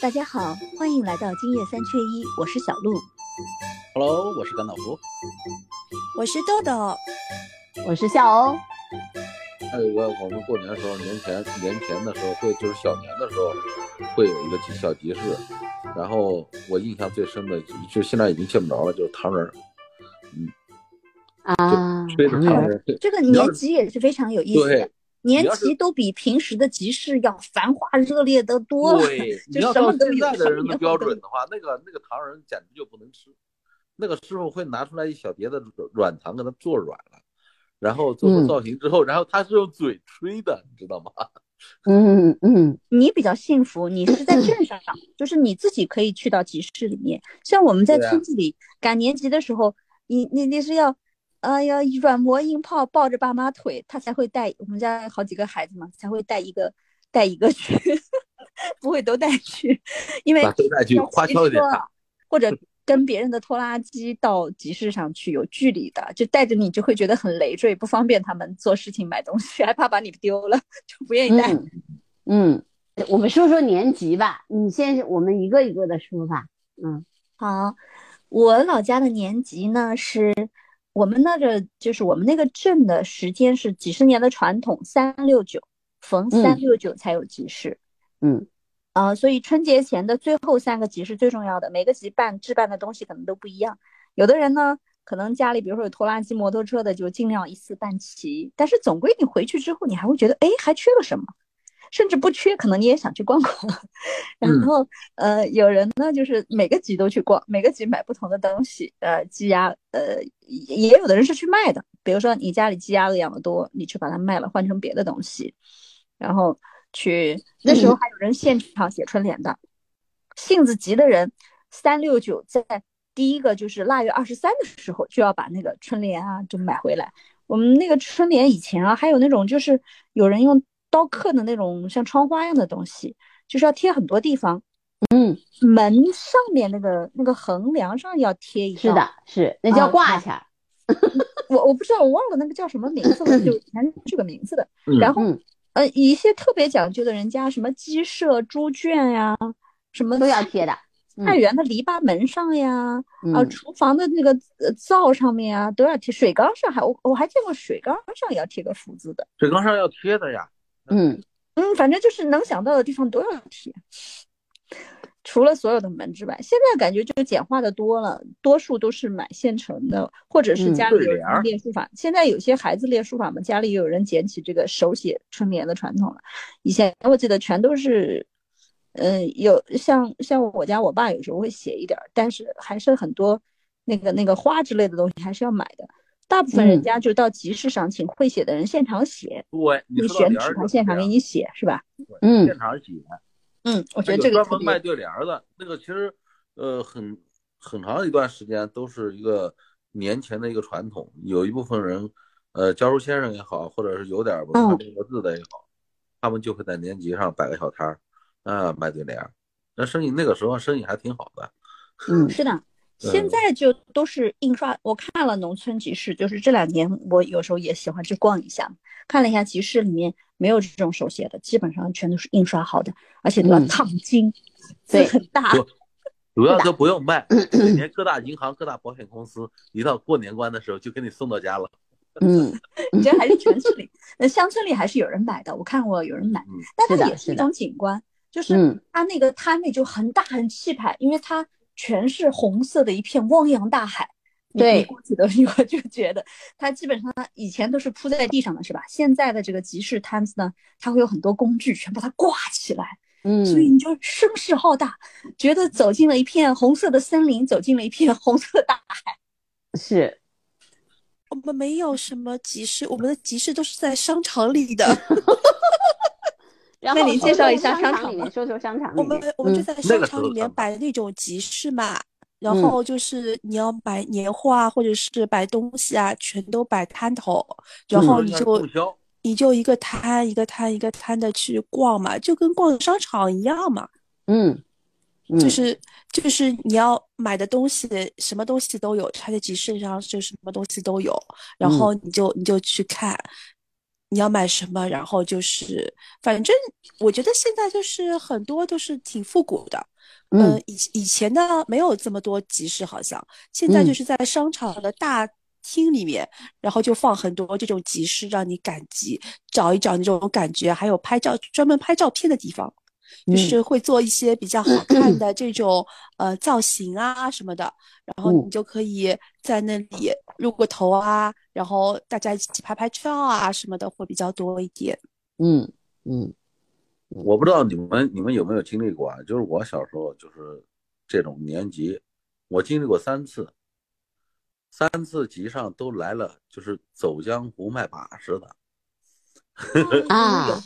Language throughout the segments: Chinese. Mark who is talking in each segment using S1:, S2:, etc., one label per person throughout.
S1: 大家好，欢迎来到今夜三缺一，我是小鹿，
S2: Hello，我是甘道夫。
S3: 我是豆豆，
S4: 我是笑欧，
S2: 还有一个，哎我们过年的时候，年前年前的时候会，就是小年的时候，会有一个集小集市。然后我印象最深的，就就现在已经见不着了，就是糖人儿，
S4: 啊，
S1: 嗯
S2: 吹着
S4: 糖
S2: 糖
S4: 人
S2: 人
S4: 儿，
S2: 儿。对
S1: 这个
S2: 你要
S1: 年
S2: 是
S1: 集也是非常有意思
S2: 对
S1: 的，，年
S2: 你要是
S1: 集都比平时的集市要繁华热烈得多了。
S2: 对，你
S1: 就
S2: 要
S1: 什
S2: 照
S1: 么都
S2: 现
S1: 有
S2: 在
S1: 什
S2: 的
S1: 么
S2: 人的
S1: 年
S2: 标
S1: 份都
S2: 准的话，那个那个糖人简直就不能吃。那个师傅会拿出来一小碟的软软糖，给它做软了，然后做
S4: 嗯
S2: 出造型之后，然后他是用嘴吹的，你知道吗？
S4: 嗯嗯
S1: 你比较幸福，你是在镇上，就是你自己可以去到集市里面。像我们在
S2: 对啊
S1: 村子里赶年集的时候，你你你是要，哎呀，软磨硬泡，抱着爸妈腿，他才会带我们家好几个孩子嘛，才会带一个带一个去， 不会都带去，因 为
S2: 把都带去
S1: 要
S2: 花
S1: 骑
S2: 销有点
S1: 车啊
S2: 大
S1: 或者跟别人的拖拉机到集市上去有距离的，就带着你就会觉得很累赘，不方便他们做事情买东西，还怕把你丢了，就不愿意带。
S4: 嗯嗯，我们说说年级吧，你先我们一个一个的说吧，嗯
S1: 好，我老家的年级呢是我们那个就是我们那个镇的时间是几十年的传统，三六九，逢
S4: 嗯
S1: 三六九才有集市。
S4: 嗯
S1: 啊、所以春节前的最后三个集是最重要的，每个集办置办的东西可能都不一样。有的人呢，可能家里比如说有拖拉机、摩托车的，就尽量一次办齐。但是总归你回去之后，你还会觉得，哎，还缺了什么，甚至不缺，可能你也想去逛逛。然
S2: 嗯
S1: 后，呃，有人呢，就是每个集都去逛，每个集买不同的东西，呃，鸡鸭，呃，也也有的人是去卖的，比如说你家里鸡鸭子养的多，你去把它卖了，换成别的东西，然后去那
S4: 嗯
S1: 时候还有人现场写春联的，性子急的人，三六九在第一个就是腊月二十三的时候就要把那个春联啊就买回来。我们那个春联以前啊，还有那种就是有人用刀刻的那种像窗花一样的东西，就是要贴很多地方，
S4: 嗯，
S1: 门上面那个那个横梁上要贴一道。
S4: 是的，是哦那
S1: 啊
S4: 叫挂签儿，
S1: 我我不知道，我忘了那个叫什么名字 了，就反正这个名字的。
S2: 嗯
S1: 然后
S4: 嗯，
S1: 呃，一些特别讲究的人家，什么鸡舍、猪圈呀、什么
S4: 都要贴的，嗯
S1: 菜园的篱笆门上呀，啊，
S4: 嗯
S1: 厨房的那个呃灶上面啊，都要贴。水缸上还我我还见过水缸上也要贴个福字的。
S2: 水缸上要贴的呀。
S4: 嗯
S1: 嗯，反正就是能想到的地方都要贴，除了所有的门之外，现在感觉就简化的多了，多数都是买现成的，或者是
S4: 嗯
S1: 家里
S2: 对
S1: 有
S2: 联儿
S1: 人列书法。现在有些孩子列书法嘛，家里有人捡起这个手写春联的传统了。以前我记得全都是，嗯、有像像我家我爸有时候会写一点儿，但是还是很多那个那个花之类的东西还是要买的。大部分人
S4: 嗯
S1: 家就到集市上请会写的人现场写，
S2: 对，你
S1: 你
S2: 说到
S1: 选
S2: 联
S1: 纸
S2: 儿
S1: 牌
S2: 就是
S1: 现
S2: 这
S1: 场给
S2: 样
S1: 你写是吧？
S4: 嗯
S2: 现场写。
S1: 嗯，我觉
S2: 有
S1: 得这个
S2: 专
S1: 特
S2: 门
S1: 别
S2: 卖对联儿的，那个其实呃很很长一段时间都是一个年前的一个传统，有一部分人呃教书先生也好，或者是有点文化
S1: 嗯
S2: 六个字的也好，他们就会在年集上摆个小摊儿啊、卖对联儿，那生意那个时候生意还挺好的，
S4: 嗯
S1: 是的，
S2: 嗯
S1: 现在就都是印刷。我看了农村集市，就是这两年我有时候也喜欢去逛一下，看了一下集市里面没有这种手写的，基本上全都是印刷好的，而且都要
S4: 嗯
S1: 烫金，字
S4: 对
S1: 很大。
S2: 不主要都不用卖，每年各大银行、各大保险公司一到过年关的时候就给你送到家了。
S4: 嗯
S1: 你这还是城市里，那乡村里还是有人买的，我看过有人买，
S2: 嗯，
S1: 但
S4: 是
S1: 它
S4: 的
S1: 也是一
S4: 是的
S1: 种景观，就是
S4: 嗯
S1: 它那个摊位就很大很气派，因为它全是红色的一片汪洋大海。你
S4: 对
S1: 你过去的时候就觉得它基本上以前都是铺在地上的是吧？现在的这个集市摊子呢，它会有很多工具全把它挂起来，所以
S4: 嗯，
S1: 你就声势浩大，觉得走进了一片红色的森林，走进了一片红色大海。
S4: 是
S3: 我们没有什么集市，我们的集市都是在商场 里的。
S4: 然
S1: 那
S4: 后
S1: 你介绍一下
S4: 商
S1: 商场
S4: 里面，说说商场里
S3: 我们
S4: 面，
S3: 我们就
S4: 嗯
S3: 在
S2: 那
S3: 商
S2: 个时
S3: 场
S2: 候
S3: 里面
S2: 商
S3: 摆的那种集市嘛，然
S4: 嗯
S3: 后就是你要买年货啊，或者是摆东西啊，全都摆摊头，然
S4: 嗯
S3: 后
S2: 应
S3: 你
S2: 该是
S3: 就
S2: 供销，
S3: 你就一个摊一个摊一个摊的去逛嘛，就跟逛商场一样嘛。
S4: 嗯嗯
S3: 就是就是你要买的东西，什么东西都
S4: 嗯
S3: 有，它在集市上就什么东西都有，然后你就你就去看，你要买什么，然后就是反正我觉得现在就是很多都是挺复古的。
S4: 嗯
S3: 呃，以以前呢没有这么多集市，好像现在
S4: 嗯
S3: 就是在商场的大厅里面，然后就放很多这种集市，让你赶集，找一找那种感觉，还有拍照专门拍照片的地方，就
S4: 嗯
S3: 是会做一些比较好看的这种、呃造型啊什么的，然后你
S4: 嗯
S3: 就可以在那里露个头啊，然后大家一起拍拍照啊什么的会比较多一点。
S4: 嗯嗯
S2: 我不知道你们你们有没有经历过啊？就是我小时候就是这种年级，我经历过三次，三次集上都来了，就是走江湖卖把式的。
S4: 啊，
S1: 嗯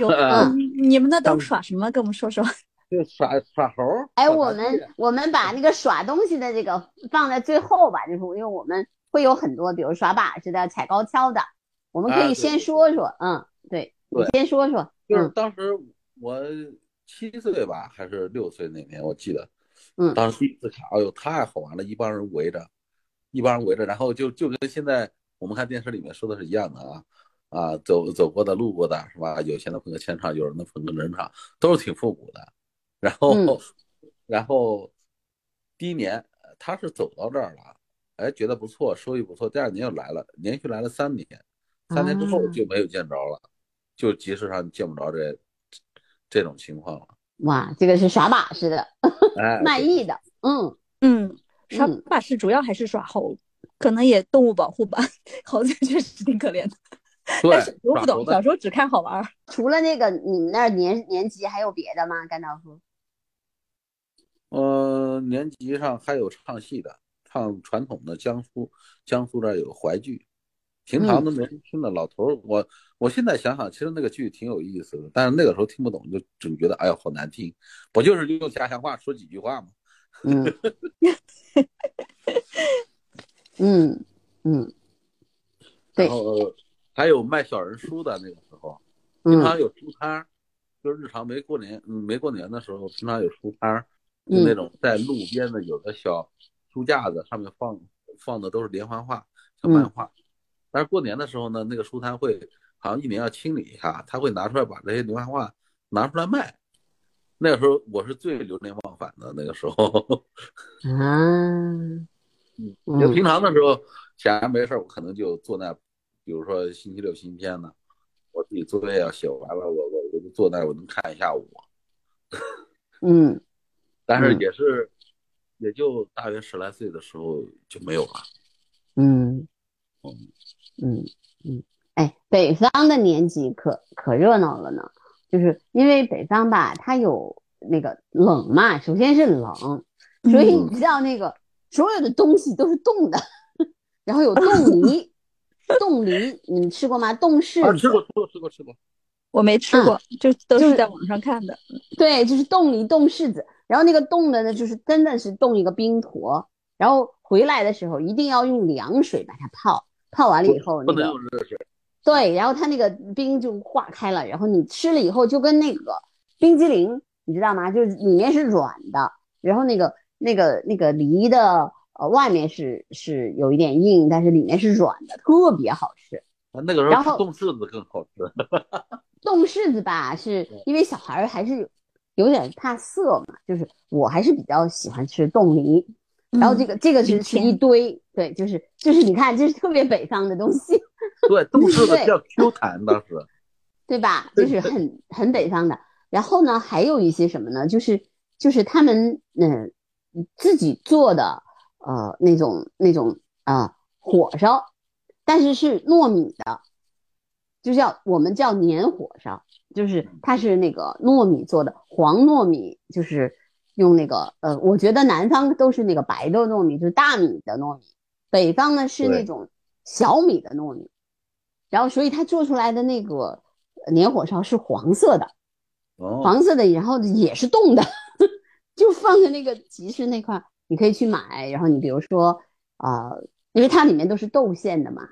S1: 有、嗯
S2: 啊
S1: 你们那都耍什么？跟我们说说。
S2: 就耍耍猴儿。
S4: 哎，
S2: 耍啊
S4: 我
S2: 麻
S4: 们
S2: 雀
S4: 我们把那个耍东西的这个放在最后吧，就是因为我们会有很多，比如耍把式的、踩高跷的，我们可
S2: 啊
S4: 以
S2: 对
S4: 先
S2: 对
S4: 说说，嗯，对，你
S2: 对
S4: 先说说，
S2: 就是
S4: 嗯
S2: 当时我七岁吧，还是六岁那年，我记得，
S4: 嗯
S2: 当时第一次看，哎呦，太好玩了，一帮人围着，一帮人围着，然后就就跟现在我们看电视里面说的是一样的啊，啊，走走过的、路过的，是吧？有钱的捧个钱场，有人的捧个人场，都是挺复古的。然后，
S4: 嗯
S2: 然后第一年呃他是走到这儿了，哎，觉得不错，收益不错，第二年又来了，连续来了三年，三年之后
S1: 哦
S4: 啊
S2: 就没有见着了，就集市上见不着这这种情况了。
S4: 哇，这个是耍把式的，
S2: 哎，
S4: 卖艺的，嗯
S1: 嗯，耍
S4: 嗯
S1: 把式主要还是耍猴，可能也动物保护吧。 猴子确实挺可怜的，
S2: 对，
S1: 但是我
S2: 耍
S1: 不
S2: 猴
S1: 懂，
S2: 的
S1: 小时候只看好玩儿。
S4: 除了那个，你们那儿年年级还有别的吗？甘道夫？
S2: 呃，年级上还有唱戏的，唱传统的江苏江苏这儿有淮剧，平
S1: 嗯
S2: 常都没人听的。老头儿，我我现在想想，其实那个剧挺有意思的，但是那个时候听不懂，就总觉得哎呀好难听，不就是用家乡话说几句话吗？
S4: 嗯 嗯嗯对
S2: 然后呃还有卖小人书的，那个时候平
S4: 嗯
S2: 常有书摊儿，就是日常没过年嗯没过年的时候，平常有书摊儿，就那种在路边的有的小书架子上面放放的都是连环画、小漫画。但是过年的时候呢，那个书摊会好像一年要清理一下，他会拿出来把这些连环画拿出来卖。那个时候我是最流连忘返的，那个时候，
S4: 啊，嗯
S2: 就平常的时候闲着没事儿，我可能就坐那，比如说星期六、星期天呢，我自己作业要写完了，我我我就坐那儿，我能看一下午。
S4: 嗯
S2: 但是
S4: 嗯
S2: 也是，也就大约十来岁的时候就没有了。
S4: 嗯嗯嗯，哎，北方的年级可可热闹了呢，就是因为北方吧，它有那个冷嘛，首先是冷，所以
S2: 嗯
S4: 你知道那个所有的东西都是冻的，然后有冻梨，冻梨你们吃过吗？冻柿
S2: 啊，
S4: 子
S2: 吃过，吃过，吃过，吃过。
S1: 我没吃
S4: 嗯
S1: 过，就都
S4: 就是是
S1: 在网上看的。
S4: 对，就是冻梨冻柿子，然后那个冻的呢，就是真的是冻一个冰坨，然后回来的时候一定要用凉水把它泡，泡完了以后
S2: 不
S4: 那
S2: 能
S4: 个
S2: 用热水。
S4: 对，然后它那个冰就化开了，然后你吃了以后就跟那个冰激凌，你知道吗？就是里面是软的，然后那个那个那个梨的呃外面是是有一点硬，但是里面是软的，特别好吃。
S2: 啊那个时
S4: 然
S2: 候
S4: 后
S2: 吃冻柿子更好吃。
S4: 冻柿子吧，是因为小孩儿还是有有点怕涩嘛，就是我还是比较喜欢吃冻梨，然后这个这个
S1: 嗯
S4: 是
S1: 明
S4: 是
S1: 天
S4: 一堆，对，就是就是你看，这是特别北方的东西，
S2: 对，冻柿子
S4: 对
S2: 比较 Q 弹，当时。
S4: 对吧？就是很很北方的。然后呢，还有一些什么呢？就是就是他们嗯、自己做的呃那种那种啊、呃火烧，但是是糯米的，就叫我们叫粘火烧，就是它是那个糯米做的，黄糯米就是用那个呃，我觉得南方都是那个白的糯米，就是大米的糯米，北方呢是
S2: 对
S4: 那种小米的糯米，然后所以它做出来的那个粘火烧是黄色的，
S2: 哦，
S4: 黄色的，然后也是冻的， 就放在那个集市那块儿，你可以去买。然后你比如说，呃，因为它里面都是豆馅的嘛，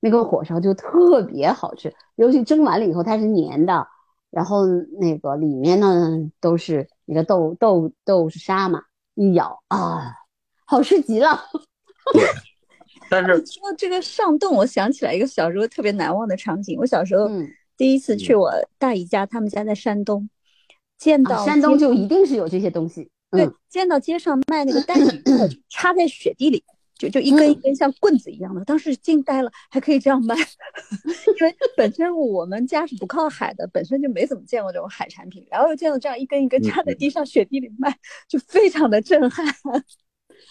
S4: 那个火烧就特别好吃，尤其蒸完了以后它是黏的，然后那个里面呢都是那个豆豆豆沙嘛，一咬啊，好吃极了。
S2: 但是
S1: 说这个上冻，我想起来一个小时候特别难忘的场景。我小时候
S4: 嗯
S1: 第一次去我大姨家，他们家在山东，见
S4: 啊
S1: 到
S4: 山东
S1: 街
S4: 就一定是有这些东西。
S1: 对
S4: 嗯，
S1: 见到街上卖那个蛋 饼的，就插在雪地里，就就一
S4: 嗯
S1: 根一根像棍子一样的。当时惊呆了，还可以这样卖， 因为本身我们家是不靠海的，本身就没怎么见过这种海产品，然后又见到这样一根一
S4: 嗯
S1: 根插在地上雪地里卖，就非常的震撼。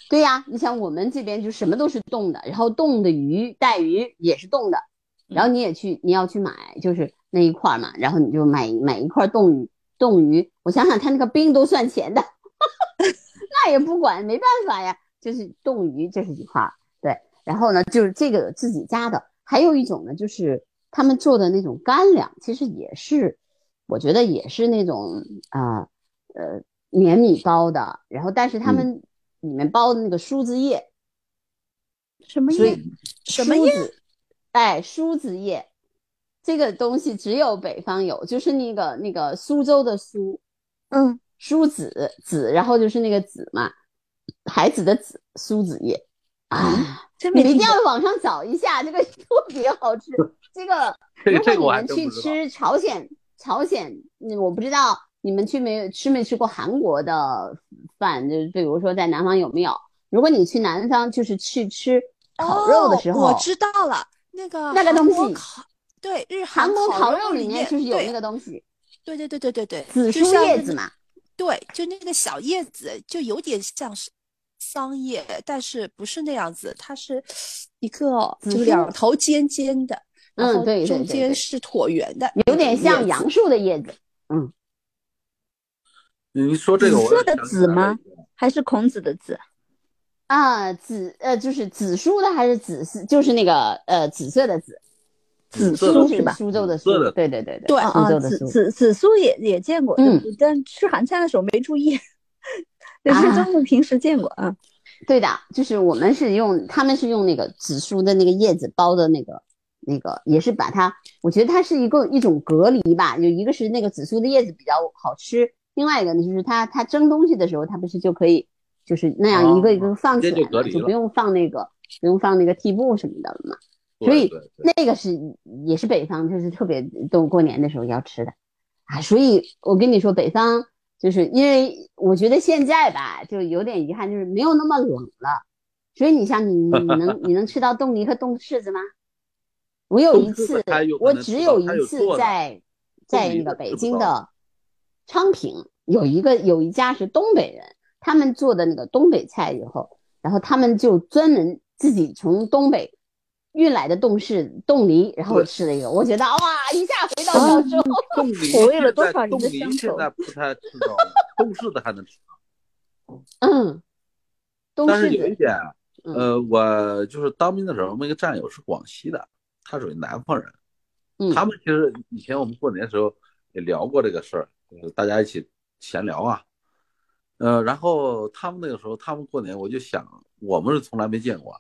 S4: 对呀、你像我们这边就什么都是冻的，然后冻的鱼、带鱼也是冻的，然后你也去，你要去买，就是那一块儿嘛，然后你就买买一块冻鱼，冻鱼，我想想，他那个冰都算钱的， 那也不管，没办法呀，就是冻鱼，这是一块儿，对，然后呢，就是这个自己家的，还有一种呢，就是他们做的那种干粮，其实也是，我觉得也是那种啊呃粘米包的，然后但是他们里面包的那个梳子叶，
S1: 什么
S4: 所
S1: 意
S4: 以
S1: 思？
S3: 什么叶
S4: 梳子？哎，梳子叶，这个东西只有北方有，就是那个那个苏州的苏，
S1: 嗯，
S4: 梳子子，然后就是那个子嘛，孩子的子，苏子叶。
S2: 嗯
S4: 啊，
S1: 真
S4: 你
S1: 没
S4: 们一
S1: 听
S4: 定
S1: 过。
S4: 要网上找一下，这个 特别 好吃。这个
S2: 这
S4: 如
S2: 个
S4: 果
S2: 这个
S4: 你
S2: 我还
S4: 们
S2: 真
S4: 去
S2: 不知道。
S4: 吃朝鲜，朝鲜，嗯我不知道你们去没有吃没吃过韩国的饭，就是比如说在南方有没有？如果你去南方，就是去吃烤肉的
S2: 哦
S4: 时候，
S3: 哦我知道了，那个
S4: 那个
S3: 韩
S4: 东
S3: 国
S4: 西
S3: 烤，对，日
S4: 韩国烤
S3: 烤
S4: 肉
S3: 里
S4: 里面就是有
S3: 对
S4: 那个东西，
S3: 对对对对对对，
S4: 紫
S3: 就
S4: 苏
S3: 像
S4: 叶
S3: 那
S4: 子嘛。
S3: 对，就那个小叶子，就有点像是桑叶，但是不是那样子，它是一个
S4: 紫
S3: 就
S4: 苏
S3: 两头尖尖的，然
S4: 嗯
S3: 后
S4: 对对
S3: 中
S4: 对
S3: 间
S4: 对
S3: 是椭圆的，
S4: 有点像
S3: 杨
S4: 杨树的叶子。
S2: 嗯你说这个，我
S1: 紫色
S2: 又
S1: 的
S2: 想起
S1: 紫
S2: 来了
S1: 吗
S2: 一个
S1: 还是孔子的子？
S4: 啊，紫呃，就是紫苏的还是紫丝，就是那个呃紫色的紫，
S1: 紫
S2: 色
S1: 苏
S2: 的
S1: 是吧？
S4: 苏州的
S2: 紫色
S4: 苏
S2: 的，
S4: 对对对对，
S3: 对
S1: 啊
S4: 苏
S1: 啊，
S4: 州的
S1: 紫
S4: 苏，
S1: 紫紫苏也也见过，
S4: 嗯
S1: 对但吃韩餐的时候没注意， 对，
S4: 啊
S1: 是真的平时见过啊。
S4: 对的，就是我们是用他们是用那个紫苏的那个叶子包的那个那个，也是把它，我觉得它是一个一种隔离吧，有一个是那个紫苏的叶子比较好吃，另外一个呢就是它它蒸东西的时候，它不是就可以就是那样一个一个放起
S2: 哦直接
S4: 来
S2: 就
S4: 嘛，
S2: 隔离
S4: 就不
S2: 了
S4: 用放那个不用放那个屉布什么的了嘛。所
S2: 对
S4: 以
S2: 对对，
S4: 那个是也是北方，就是特别都过年的时候要吃的啊。所以我跟你说，北方就是因为我觉得现在吧，就有点遗憾，就是没有那么冷了。所以你像你你你 能你能吃到冻梨和冻柿子吗？我有一
S2: 冻柿子
S4: 次
S2: 它有，可
S4: 我
S2: 能
S4: 只
S2: 吃到
S4: 有
S2: 它
S4: 一
S2: 有
S4: 次
S2: 做的
S4: 哎在
S2: 冻
S4: 在
S2: 梨
S4: 那个
S2: 它吃
S4: 北
S2: 不
S4: 京
S2: 到
S4: 的昌平有一个有一家是东北人，他们做的那个东北菜以后，然后他们就专门自己从东北运来的冻柿、冻梨，然后
S2: 对啊
S4: 吃了一个，我觉得哇，一下回到小时候。
S2: 冻梨
S1: 我为了
S2: 现
S1: 多
S2: 在
S1: 少人
S2: 冻
S1: 的
S2: 梨
S1: 乡
S2: 现
S1: 愁
S2: 在不太吃到了，冻柿子还能吃到。
S4: 嗯，冻
S2: 但是
S4: 柿
S2: 有一
S4: 子，
S2: 点，
S4: 嗯
S2: 呃，我就是当兵的时候，我们一个战友是广西的，他属于南方人。
S4: 嗯
S2: 他们其实以前我们过年的时候也聊过这个事儿，就是大家一起闲聊啊。呃，然后他们那个时候，他们过年，我就想，我们是从来没见过，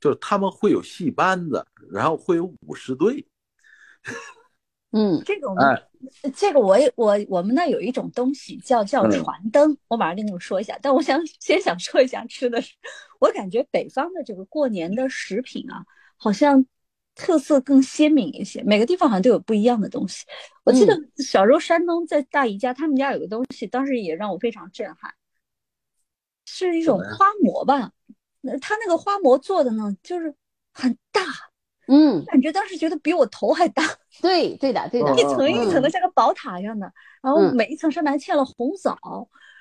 S2: 就是他们会有戏班子，然后会有舞狮队，
S4: 嗯
S1: 这种
S2: 哎，
S1: 这个我也我我们那有一种东西叫叫
S2: 嗯
S1: 船灯，我马上跟你们说一下。但我想先想说一下吃的是，我感觉北方的这个过年的食品啊，好像特色更鲜明一些，每个地方好像都有不一样的东西。我记得
S2: 嗯
S1: 小时候山东在大姨家，他们家有个东西，当时也让我非常震撼，是一种
S2: 什么呀
S1: 花馍吧？那它那个花馍做的呢，就是很大，
S4: 嗯，
S1: 感觉当时觉得比我头还大。
S4: 对对的对的，
S1: 一层一层的，
S4: 嗯
S1: 像个宝塔一样的，然后
S4: 嗯
S1: 每一层上面还嵌了红枣，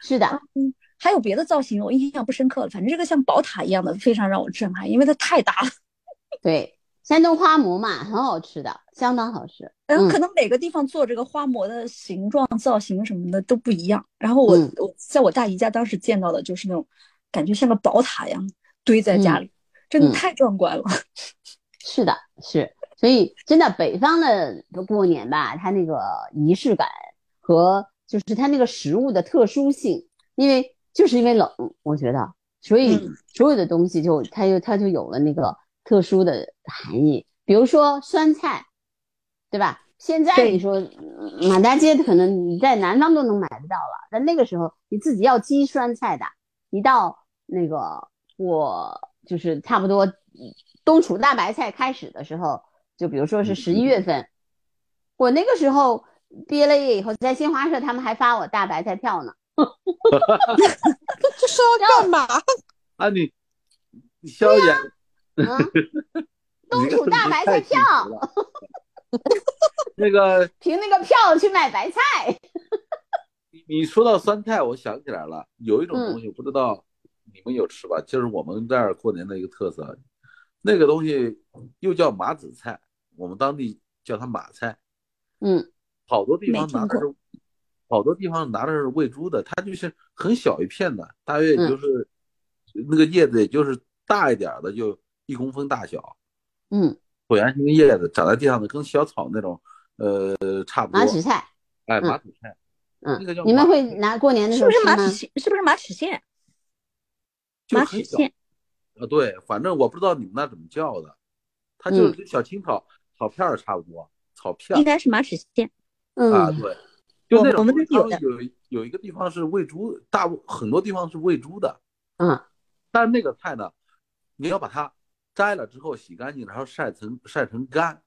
S4: 是的，
S1: 嗯，还有别的造型，我印象不深刻了。反正这个像宝塔一样的，非常让我震撼，因为它太大了。
S4: 对，山东花馍嘛，很好吃的，相当好吃。
S1: 然后
S4: 嗯
S1: 可能每个地方做这个花馍的形状、造型什么的都不一样。然后我、
S4: 嗯
S1: 我在我大姨家当时见到的就是那种感觉像个宝塔一样堆在家里，真的
S4: 嗯
S1: 太壮观了。
S4: 是的，是，所以真的北方的过年吧，它那个仪式感和就是它那个食物的特殊性，因为就是因为冷，我觉得，所以
S1: 嗯
S4: 所有的东西就它就它就有了那个特殊的含义，比如说酸菜，对吧？现在
S1: 对
S4: 你说嗯满大街可能你在南方都能买得到了，但那个时候你自己要鸡酸菜的，一到那个我就是差不多冬储大白菜开始的时候，就比如说是十一月份，我那个时候毕业了业以后，在新华社他们还发我大白菜 票呢。
S3: 这是要干嘛？
S2: 啊，你你萧炎，
S4: 啊，冬
S2: 你这
S4: 储大白菜票，
S2: 那个
S4: 凭那个票去买白菜。
S2: 你你说到酸菜，我想起来了，有一种
S4: 嗯
S2: 东西不知道你们有吃吧，就是我们这儿过年的一个特色，那个东西又叫麻子菜，我们当地叫它马菜，
S4: 嗯，
S2: 好多地
S1: 没
S2: 方
S1: 听
S2: 拿的是，好多地方拿的是喂猪的，它就是很小一片的，大约也
S4: 嗯
S2: 就是、那个叶子也就是大一点儿的，就一公分大小，
S4: 嗯，
S2: 椭圆形的叶子长在地上的，跟小草那种，呃，差不多
S4: 马。齿菜，
S2: 哎，
S4: 嗯
S2: 马子菜，
S4: 嗯
S2: 那个叫，
S4: 你们
S2: 马
S4: 会拿 过年的时
S1: 是
S4: 候
S1: 不
S4: 吃
S1: 是马
S4: 吗
S1: 齿？苋？是不是马齿苋？
S2: 就
S1: 马
S2: 很
S1: 齿
S2: 小。
S1: 苋，
S2: 啊，对，反正我不知道你们那怎么叫的，它就是
S4: 嗯
S2: 跟小青草草片儿差不多，草片
S1: 应
S2: 儿
S1: 该是马齿苋。
S2: 啊，
S4: 嗯，
S2: 对，就
S1: 我
S2: 那种
S1: 我们
S2: 东西
S1: 那儿有
S2: 他们有有一个地方是喂猪，大部很多地方是喂猪的，
S4: 嗯，
S2: 但是那个菜呢，你要把它摘了之后洗干净，然后晒成晒成干，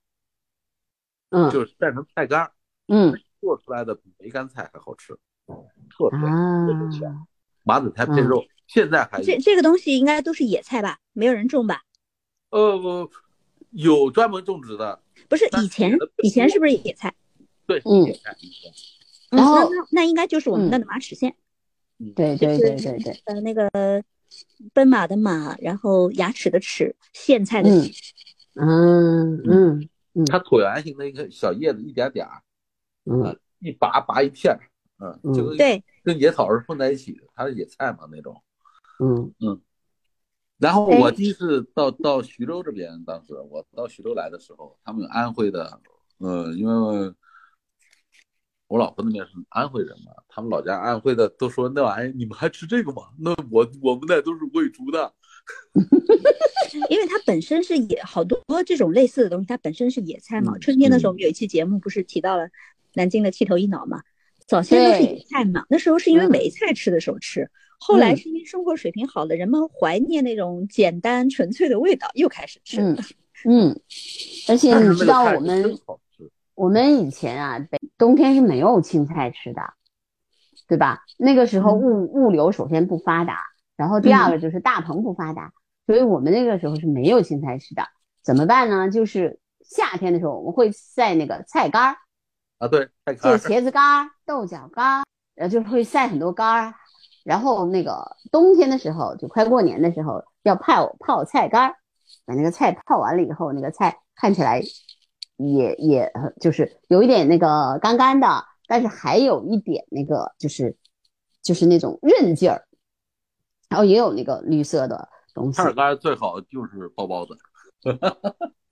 S4: 嗯
S2: 就是晒成菜干儿，
S4: 嗯
S2: 做出来的比梅干菜还好吃，特别特别香
S4: 啊，
S2: 马子菜配
S4: 嗯
S2: 肉，现在还有
S1: 这这个东西应该都是野菜吧？没有人种吧？
S2: 呃我有专门种植的，
S1: 不是
S2: 但是
S1: 以前
S2: 野的
S1: 以前是不是野菜？
S2: 对，
S4: 嗯
S2: 野菜
S1: 嗯
S4: 然后
S1: 那那那应该就是我们
S4: 嗯
S1: 那儿的马齿苋。
S4: 对对对对对，
S1: 呃，那个奔马的马，然后牙齿的齿，苋菜的
S4: 嗯
S1: 苋。
S4: 嗯嗯嗯
S2: 它椭圆形的一个小叶子，一点点儿，
S4: 嗯
S2: 一拔拔一片儿，嗯，就跟
S1: 对，
S2: 跟野草是混在一起的，它是野菜嘛那种。
S4: 嗯
S2: 然后
S1: 哎
S2: 我第一次到到徐州这边，当时我到徐州来的时候，他们有安徽的，呃，因为我老婆那边是安徽人嘛，他们老家安徽的都说那玩意儿你们还吃这个吗？那我我们那都是喂猪的，
S1: 因为它本身是野，好多这种类似的东西，它本身是野菜嘛。
S2: 嗯
S1: 春天的时候，
S2: 嗯
S1: 我们有一期节目不是提到了南京的七头一脑嘛？早先都是野菜嘛，那时候是因为
S4: 嗯
S1: 没菜吃的时候吃，后来
S4: 嗯
S1: 是因为生活水平好了，人们怀念那种简单纯粹的味道，又开始吃。
S4: 嗯嗯，而且
S2: 但是
S4: 你
S2: 那
S4: 知
S2: 个
S4: 道
S2: 菜
S4: 我
S2: 是
S4: 们
S2: 真好吃，
S4: 我们以前啊，北冬天是没有青菜吃的，对吧？那个时候
S1: 嗯
S4: 物物流首先不发达，然后第二个就是大棚不发达，所以我们那个时候是没有青菜吃的。怎么办呢？就是夏天的时候，我们会晒那个菜干儿，
S2: 啊，对，太
S4: 就
S2: 开
S4: 是茄子干儿、豆角干儿，然后就会晒很多干儿。然后那个冬天的时候，就快过年的时候，要泡泡菜干儿，把那个菜泡完了以后，那个菜看起来也也呃就是有一点那个干干的，但是还有一点那个就是就是那种韧劲儿，然后也有那个绿色的东西
S2: 菜。干儿最好就是包包子，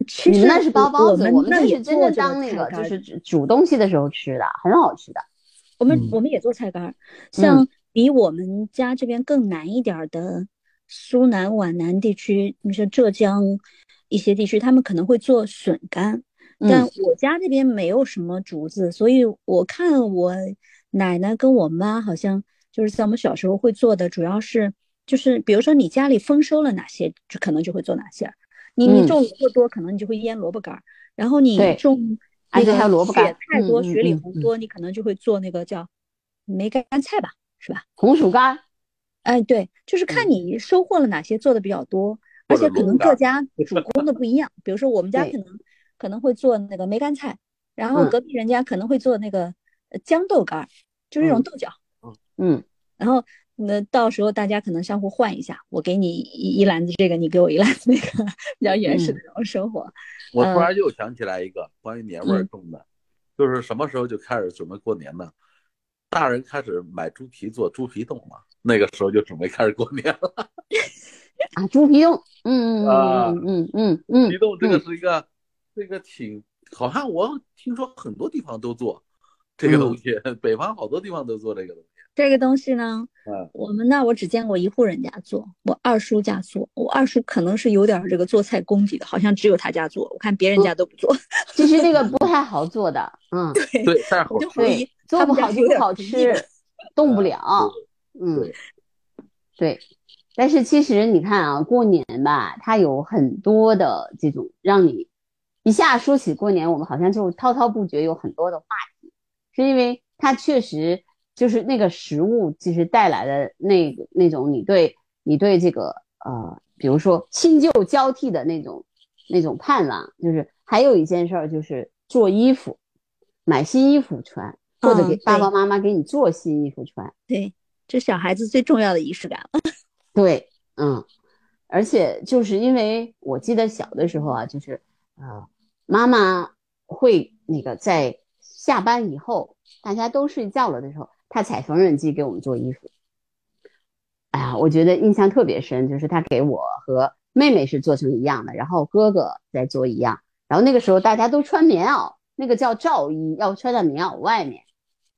S1: 其
S4: 你
S1: 实
S4: 们那是包包子，
S1: 我
S4: 我
S1: 们那
S4: 这
S1: 也
S4: 是真
S1: 做
S4: 正
S1: 这
S4: 当那
S1: 菜
S4: 个
S1: 干
S4: 就
S1: 儿
S4: 是煮煮东西的时候吃的，很好吃的。
S1: 我们
S2: 嗯
S1: 我们也做菜干儿，像比我们家这边更南一点儿的苏南、皖南地区，你说浙江一些地区，他们可能会做笋干，但
S4: 嗯
S1: 我家这边没有什么竹子，所以我看我奶奶跟我妈好像就是在我们小时候会做的，主要是就是比如说你家里丰收了哪些，就可能就会做哪些。你你
S4: 嗯
S1: 种萝卜多，可能你就会腌萝卜干儿，然后你
S4: 对
S1: 种那
S4: 而且
S1: 个
S4: 还有萝卜干
S1: 雪菜多、
S4: 嗯嗯
S1: 雪里
S4: 嗯
S1: 红多，你可能就会做那个叫梅干菜吧，是吧？
S4: 红薯干儿，
S1: 哎，对，就是看
S4: 嗯
S1: 你收获了哪些，做的比较多，
S2: 或
S1: 而
S2: 者
S1: 且可
S2: 萝卜
S1: 能
S2: 干
S1: 各
S2: 儿
S1: 家主攻的不一样。比如说我们家
S4: 对
S1: 可能可能会做那个梅干菜，然后
S4: 嗯
S1: 隔壁人家可能会做那个呃豇豆干儿，就是这种
S4: 嗯
S1: 豆角。
S4: 嗯，
S1: 然后那到时候大家可能相互换一下，我给你一一篮子这个，你给我一篮子那个， 比较原始的那种生活。
S2: 我突然又想起来一个关于年味儿
S1: 嗯
S2: 重的，就是什么时候就开始准备过年呢？大人开始买猪皮做猪皮冻了，那个时候就准备开始过年了。
S4: 啊，猪皮冻，嗯嗯嗯嗯
S2: 皮
S4: 嗯
S2: 冻这个是一个，这个挺好像我听说很多地方都做这个东西，北方好多地方都做这个东西。
S1: 这个东西呢，
S2: 嗯
S1: 我们那我只见过一户人家做，我二叔家做，我二叔可能是有点儿这个做菜功底的，好像只有他家做，我看别人家都不做，
S4: 其实这个不太好做的，嗯，
S2: 对，但是好
S1: 我 就怀疑
S4: 对，做
S1: 他
S4: 不
S1: 们家
S4: 好
S1: 是
S4: 就
S1: 有
S4: 不
S1: 点
S4: 好
S1: 厨艺的
S4: 吃，动不了，嗯，对，但是其实你看啊，过年吧，它有很多的这种让你一下说起过年，我们好像就滔滔不绝，有很多的话题，是因为它确实就是那个食物，其实带来的那个那种你对你对这个呃，比如说新旧交替的那种那种盼望，就是还有一件事儿就是做衣服，买新衣服穿，或者给
S1: 嗯
S4: 爸
S1: 对
S4: 爸妈妈给你做新衣服穿。
S1: 对，这小孩子最重要的仪式感了。
S4: 对，嗯，而且就是因为我记得小的时候啊，就是呃，妈妈会那个在下班以后，大家都睡觉了的时候，她踩缝纫机给我们做衣服。哎呀，我觉得印象特别深，就是她给我和妹妹是做成一样的，然后哥哥在做一样，然后那个时候大家都穿棉袄，那个叫罩衣，要穿在棉袄外面。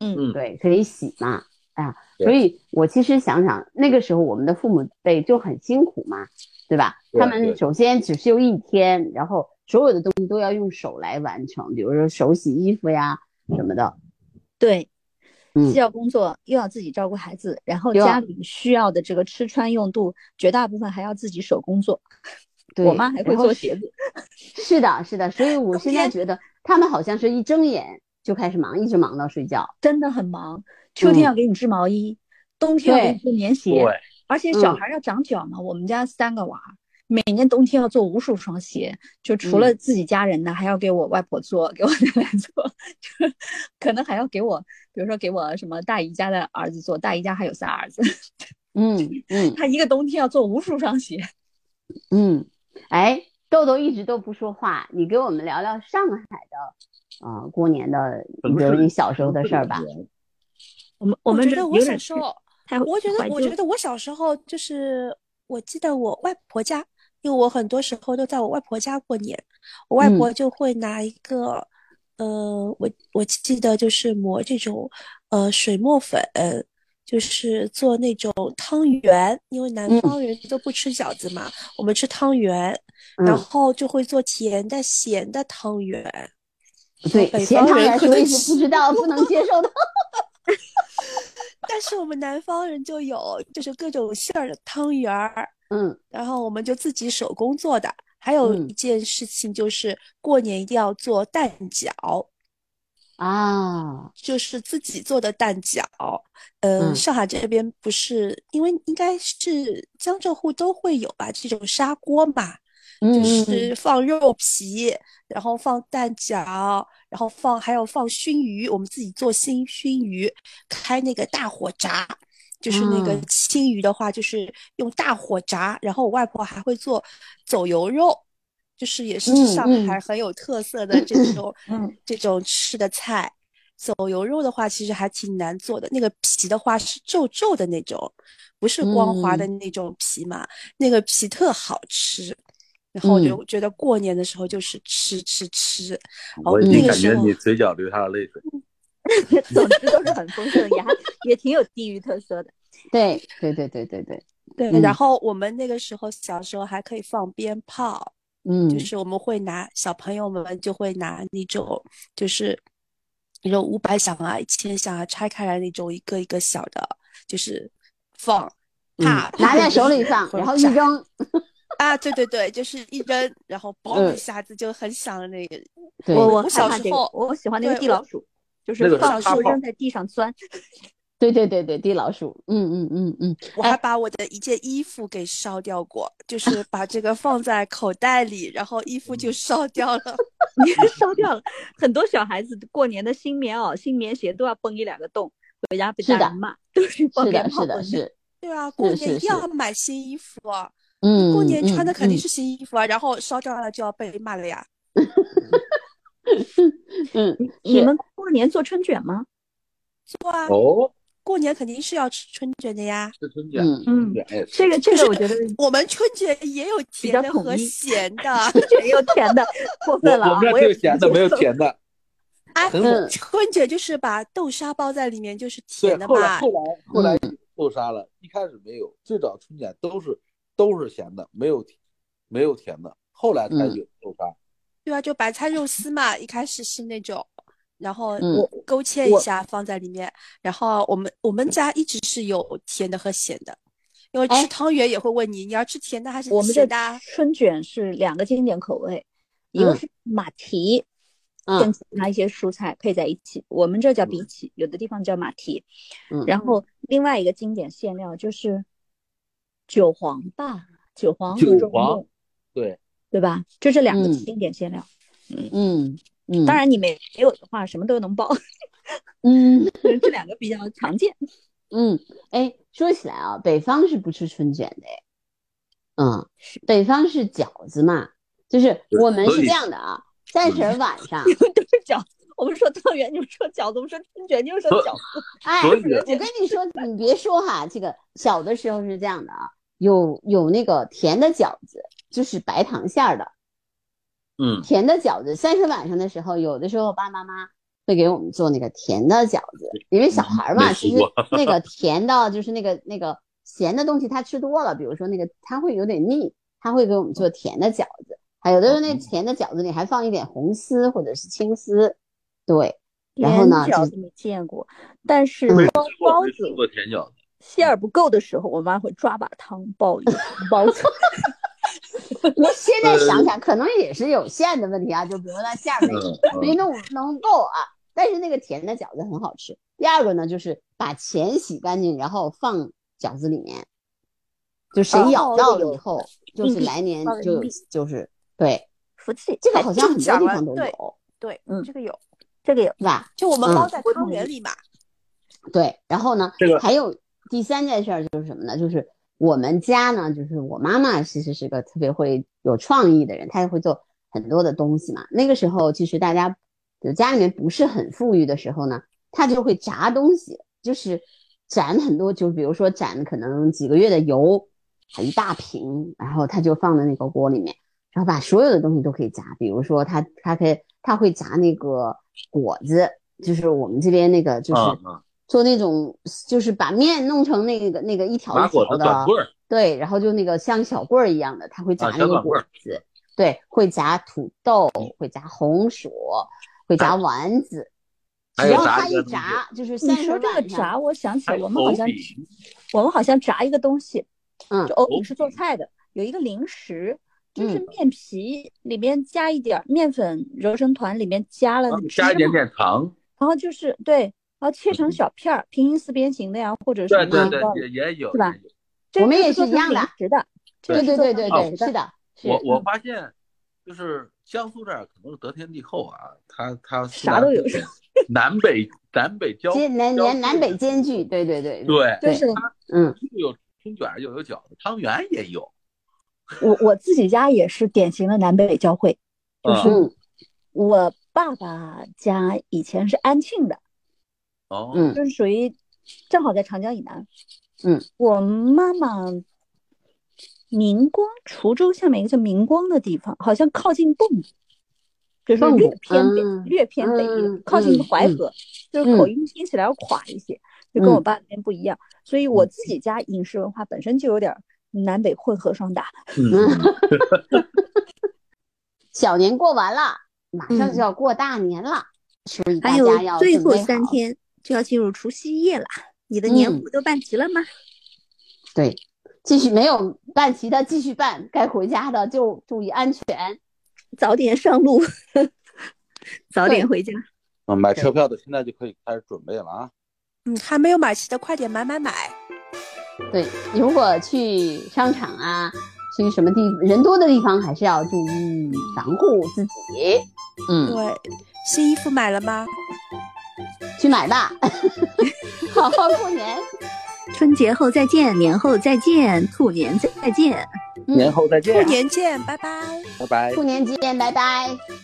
S1: 嗯
S4: 对，可以洗嘛，啊，
S2: 对
S4: 所以我其实想想，那个时候我们的父母辈就很辛苦嘛，对吧？
S2: 对
S4: 他
S2: 对
S4: 们首先只是有一天，然后所有的东西都要用手来完成，比如说手洗衣服呀什么的，
S1: 对，
S4: 嗯
S1: 既要工作又要自己照顾孩子，然后
S4: 又要
S1: 家里需要的这个吃穿用度，绝大部分还要自己手工做。
S4: 对，
S1: 我妈还会
S4: 然后
S1: 做
S4: 是
S1: 鞋子。
S4: 是的，是的，所以我现在觉得他们好像是一睁眼就开始忙，一直忙到睡觉。
S1: 真的很忙，秋天
S4: 嗯
S1: 要给你织毛衣，冬天要给你做棉鞋，
S2: 对
S1: 而且
S4: 嗯
S1: 小孩要长脚嘛。我们家三个娃，每年冬天要做无数双鞋，就除
S4: 嗯
S1: 了自己家人呢，还要给我外婆做，给我奶奶做，就是可能还要给我，比如说给我什么大姨家的儿子做，大姨家还有仨儿子，
S4: 嗯嗯
S1: 他一个冬天要做无数双鞋。
S4: 嗯，哎，豆豆一直都不说话，你给我们聊聊上海的，啊、过年的，比
S2: 城
S4: 如
S2: 市
S4: 你小时候的事儿吧。
S1: 我们
S3: 我
S1: 们
S3: 觉
S1: 这
S3: 得
S1: 有
S3: 我小
S1: 点
S3: 时候，
S1: 太，
S3: 我觉
S1: 怀
S3: 得我
S1: 旧
S3: 觉得我小时候就是，我记得我外婆家，因为我很多时候都在我外婆家过年，我外
S4: 嗯
S3: 婆就会拿一个，呃，我我记得就是磨这种，呃，水磨粉，就是做那种汤圆，因为南
S4: 嗯
S3: 方人都不吃饺子嘛，我们吃汤圆，然
S4: 嗯。
S3: 后就会做甜的、咸的汤圆。
S4: 嗯对，
S3: 北
S4: 咸
S3: 方
S4: 汤
S3: 人
S4: 圆
S3: 可
S4: 是我
S3: 能
S4: 一直不知道、不能接受的。
S3: 但是我们南方人就有，就是各种馅儿的汤圆儿，
S4: 嗯
S3: 然后我们就自己手工做的。还有
S4: 嗯
S3: 一件事情就是过年一定要做蛋饺，
S4: 啊，
S3: 就是自己做的蛋饺。
S4: 嗯
S3: 嗯，上海这边不是，因为应该是江浙沪都会有吧，这种砂锅嘛，
S4: 嗯
S3: 就是放肉皮，然后放蛋饺，然后放还有放熏鱼，我们自己做新熏鱼，开那个大火炸。就是那个
S4: 啊
S3: 青鱼的话，就是用大火炸，然后我外婆还会做走油肉，就是也是
S4: 嗯
S3: 上
S4: 嗯
S3: 海很有特色的这种、
S1: 嗯
S3: 这种吃的菜。走油肉的话，其实还挺难做的，那个皮的话是皱皱的那种，不是光滑
S4: 嗯
S3: 的那种皮嘛，那个皮特好吃。然后我就
S4: 嗯
S3: 觉得过年的时候就是吃吃吃，
S2: 我已
S4: 嗯
S2: 经
S3: 那个
S2: 感觉
S3: 时候
S2: 你嘴角流下了泪水。
S1: 总之都是很丰盛，也还也挺有地域特色的。
S4: 对对对对对对，
S3: 对，
S4: 嗯
S3: 然后我们那个时候小时候还可以放鞭炮，
S4: 嗯，
S3: 就是我们会拿小朋友们就会拿那种就是那种五百响啊、一千响啊拆开来那种一个一个小的，就是放，
S4: 嗯
S3: 啪
S4: 拿在手里 放，
S3: 或者
S4: 然后一
S3: 炸
S4: 扔，
S3: 啊，对对对，就是一扔，然后嘣
S4: 嗯
S3: 一下子就很响的那个。
S4: 对
S1: 我
S3: 我
S1: 害
S3: 小
S1: 怕
S3: 时
S1: 这个
S3: 候
S1: 我喜欢那个
S3: 对
S1: 地
S3: 我
S1: 老鼠，就
S2: 那
S1: 是
S2: 个
S1: 放
S2: 是大
S1: 树
S2: 炮
S1: 扔在地上钻。
S4: 对对对对，地老鼠，嗯嗯嗯嗯，
S3: 我还把我的一件衣服给烧掉过，就是把这个放在口袋里，然后衣服就烧掉了。
S1: 你还烧掉了。很多小孩子过年的新棉袄、新棉鞋都要崩一两个洞，回家被
S4: 是
S1: 大
S4: 的
S1: 人骂，都是放
S4: 是
S1: 鞭
S4: 的，
S1: 炮
S4: 是的，
S1: 崩
S4: 是，
S3: 对啊，过
S4: 是
S3: 年一
S4: 是
S3: 定要
S4: 是
S3: 买新衣服啊！你
S4: 嗯，
S3: 过年
S4: 嗯
S3: 穿的肯
S4: 嗯
S3: 定是新衣服啊，然后烧掉了就要被骂了呀。
S4: 嗯，
S1: 你
S4: 是
S1: 你们过年做春卷吗？
S3: 做啊，
S2: 哦，
S3: 过年肯定是要吃春卷的呀。
S2: 是春卷，
S4: 嗯
S1: 嗯
S2: 春卷哎
S1: 这个这
S3: 就
S1: 个
S3: 是
S1: 我觉 得
S3: 我们春卷也有甜
S1: 较
S3: 的
S1: 统
S3: 和
S1: 一
S3: 咸的，
S1: 春卷又甜的， 过
S2: 我
S1: 分了
S2: 我
S1: 啊！
S2: 们这儿
S1: 我
S2: 只
S1: 也不能
S2: 有咸的，
S1: 接
S2: 没有
S1: 受
S2: 甜的。
S3: 哎
S2: 很
S4: 嗯
S3: 春卷就是把豆沙包在里面，就是
S2: 对
S3: 甜，的
S2: 后来
S3: 嘛。
S2: 后来后来豆沙了，一开始没有，最早春卷都是都是咸的，没有没有甜的，后来才
S4: 嗯
S2: 有豆沙。
S3: 对啊，就白菜肉丝嘛，一开始是那种，然后
S4: 嗯
S3: 我勾芡一
S1: 我
S3: 下放在里面，然后我们我们家一直是有甜的和咸的，因为
S4: 哎
S3: 吃汤圆也会问你，你要吃甜的还是
S1: 哦我们这
S3: 咸的啊？
S1: 春卷是两个经典口味，一个
S4: 嗯
S1: 是马蹄，
S4: 嗯
S1: 跟其他一些蔬菜配在一起，我们这叫荸荠，有的地方叫马蹄。
S4: 嗯
S1: 然后另外一个经典馅料就是韭黄吧，韭黄
S2: 韭
S1: 和肉
S2: 黄
S1: 末，
S2: 对，
S1: 对吧？就这两个
S4: 嗯
S1: 经典馅料。
S4: 嗯嗯，
S1: 当然你没没有的话，什么都能包，
S4: 嗯
S1: 这两个比较常见。，
S4: 嗯，哎，说起来啊，北方是不吃春卷的哎，嗯，北方是饺子嘛，就是
S2: 对
S4: 我们
S2: 所
S4: 是
S2: 以
S4: 这样的啊，三十儿晚上
S1: 你们都是饺子，我们说汤圆，你们说饺子，我们说春卷，你们说
S2: 所
S1: 饺子。
S4: 哎，
S2: 所以
S4: 我跟你说，你别说哈，这个小的时候是这样的啊，有有那个甜的饺子，就是白糖馅儿的
S2: 嗯，
S4: 甜的饺子。三十晚上的时候，有的时候爸爸妈妈会给我们做那个甜的饺子，因为小孩儿嘛，
S2: 没吃
S4: 其实
S2: 过
S4: 那个甜的，就是那个那个咸的东西，他吃多了，比如说那个他会有点腻，他会给我们做甜的饺子。还有的时候
S2: 嗯
S4: 那甜的饺子里还放一点红丝或者是青丝，对，然后呢
S1: 甜饺
S4: 就
S1: 子没见过，但是
S2: 没
S1: 包
S2: 吃过
S1: 包
S2: 没吃
S1: 子
S2: 过甜饺子，
S1: 馅儿不够的时候，我妈会抓把汤包 一个包子。
S4: 我现
S2: 呃
S4: 在想想，可能也是有限的问题啊，就比如那馅儿没
S2: 嗯
S4: 没
S2: 嗯，
S4: 弄弄够啊，但是那个甜的饺子很好吃。第二个呢，就是把钱洗干净，然后放饺子里面，就谁
S1: 哦
S4: 咬到了
S1: 有
S4: 以后，就是
S1: 硬币
S4: 来年
S1: 放个
S4: 就
S1: 硬币哎
S4: 就是对，
S1: 福气，
S4: 这个好像很多地方都
S3: 哎中奖了
S4: 有，
S3: 对，
S1: 嗯
S3: 这个有，
S1: 这个有
S4: 是吧？
S3: 就我们包
S4: 嗯
S3: 在
S1: 我
S3: 汤
S1: 同
S3: 圆
S1: 意
S3: 里嘛。
S4: 对，然后呢，
S2: 这个
S4: 还有第三件事儿就是什么呢？就是我们家呢，就是我妈妈其实是个特别会有创意的人，她也会做很多的东西嘛。那个时候其实大家就家里面不是很富裕的时候呢，她就会炸东西，就是攒很多，就比如说攒可能几个月的油，一大瓶，然后她就放在那个锅里面。然后把所有的东西都可以炸，比如说它它可以它会炸那个果子，就是我们这边那个就是
S2: 啊啊
S4: 做那种就是把面弄成那个那个一条
S2: 麻
S4: 一
S2: 果
S4: 条
S2: 子短
S4: 的，
S2: 棍儿，
S4: 对，然后就那个像小棍儿一样的，它会炸
S2: 啊
S4: 那
S2: 小
S4: 个
S2: 短
S4: 果
S2: 棍儿
S4: 子，对，会炸土豆，会炸红薯，会炸丸子，
S2: 还
S4: 只
S2: 有
S4: 要
S2: 炸
S4: 它
S2: 一
S4: 一
S2: 个东西
S4: 炸，就是
S1: 你
S4: 三十
S1: 说这个
S4: 晚
S1: 炸，
S4: 上，
S1: 我想起
S2: 还
S1: 来，
S2: 有
S1: 我们好
S2: 藕
S1: 像
S2: 饼，
S1: 我们好像炸一个东西，
S4: 嗯
S1: 就哦，
S2: 藕
S1: 你是做
S2: 饼
S1: 菜的，有一个零食，就是
S4: 嗯
S1: 面皮里面加一点儿面粉揉成团，里面加了
S2: 然后
S1: 芝麻，
S2: 啊加一点嗯点糖，
S1: 然后就是对，然后切成小片儿，平行四边形的呀，或者什
S2: 对
S1: 么
S2: 对
S1: 乱七
S2: 对
S1: 八糟，
S2: 也也有
S1: 是吧
S2: 也有
S1: 这
S4: 我们
S1: 个
S4: 也
S1: 是做
S4: 是一
S1: 成
S4: 样的
S1: 零食的，这
S4: 对
S1: 个
S4: 对
S1: 是做
S4: 对
S1: 成
S2: 哦
S4: 对
S1: 零
S4: 对，
S1: 食的，
S4: 是的，是
S2: 我我发现，就是江苏这儿可能是得天地厚啊，它它四
S1: 啥
S2: 大
S1: 都
S2: 地
S1: 有
S2: 区，南北 南北交，
S4: 兼南
S2: 交
S4: 南南北兼具，对对对，
S2: 对，啊
S1: 就是
S4: 嗯。
S2: 又有春卷儿又有饺子，汤圆也有，
S1: 我我自己家也是典型的南北交汇，就
S2: 啊
S1: 是
S4: 嗯
S1: 我爸爸家以前是安庆的，
S2: 哦，
S4: 嗯
S1: 就是属于正好在长江以南。
S4: 嗯，
S1: 我妈妈明光，滁州下面一个叫明光的地方，好像靠近蚌埠，就是
S4: 蚌
S1: 略
S4: 埠
S1: 偏北，
S4: 嗯
S1: 略偏北一
S4: 嗯
S1: 点，靠近
S4: 嗯
S1: 淮
S4: 嗯
S1: 河，就是口
S4: 嗯
S1: 音听起来要垮一些，就跟我
S4: 嗯
S1: 爸那边不一样。所
S5: 嗯
S1: 以我自己家饮食文化本身就有点儿南北混合双打。
S2: 嗯，
S4: 小年过完了，马上
S5: 嗯
S4: 就要过大年了，所以大
S5: 还有
S4: 家要
S5: 最
S4: 准
S5: 后
S4: 备
S5: 三
S4: 好。
S5: 天就要进入除夕夜了，你的年
S4: 嗯
S5: 货都办齐了吗？
S4: 对，继续没有办齐的继续办，该回家的就注意安全。
S5: 早点上路， 早点回家。
S2: 嗯买车票的现在就可以开始准备了啊。
S3: 嗯，还没有买齐的，快点买买买。
S4: 对，如果去商场啊，去什么地人多的地方，还是要注意防护自己。嗯，
S3: 对，新衣服买了吗？
S4: 去买吧， 好好过年。
S5: 春节后再见，年后再见，兔年再见。
S4: 嗯
S2: 年后再见
S1: 啊
S3: 嗯过，年见，拜拜。
S2: 拜拜
S4: 兔。年见，拜拜。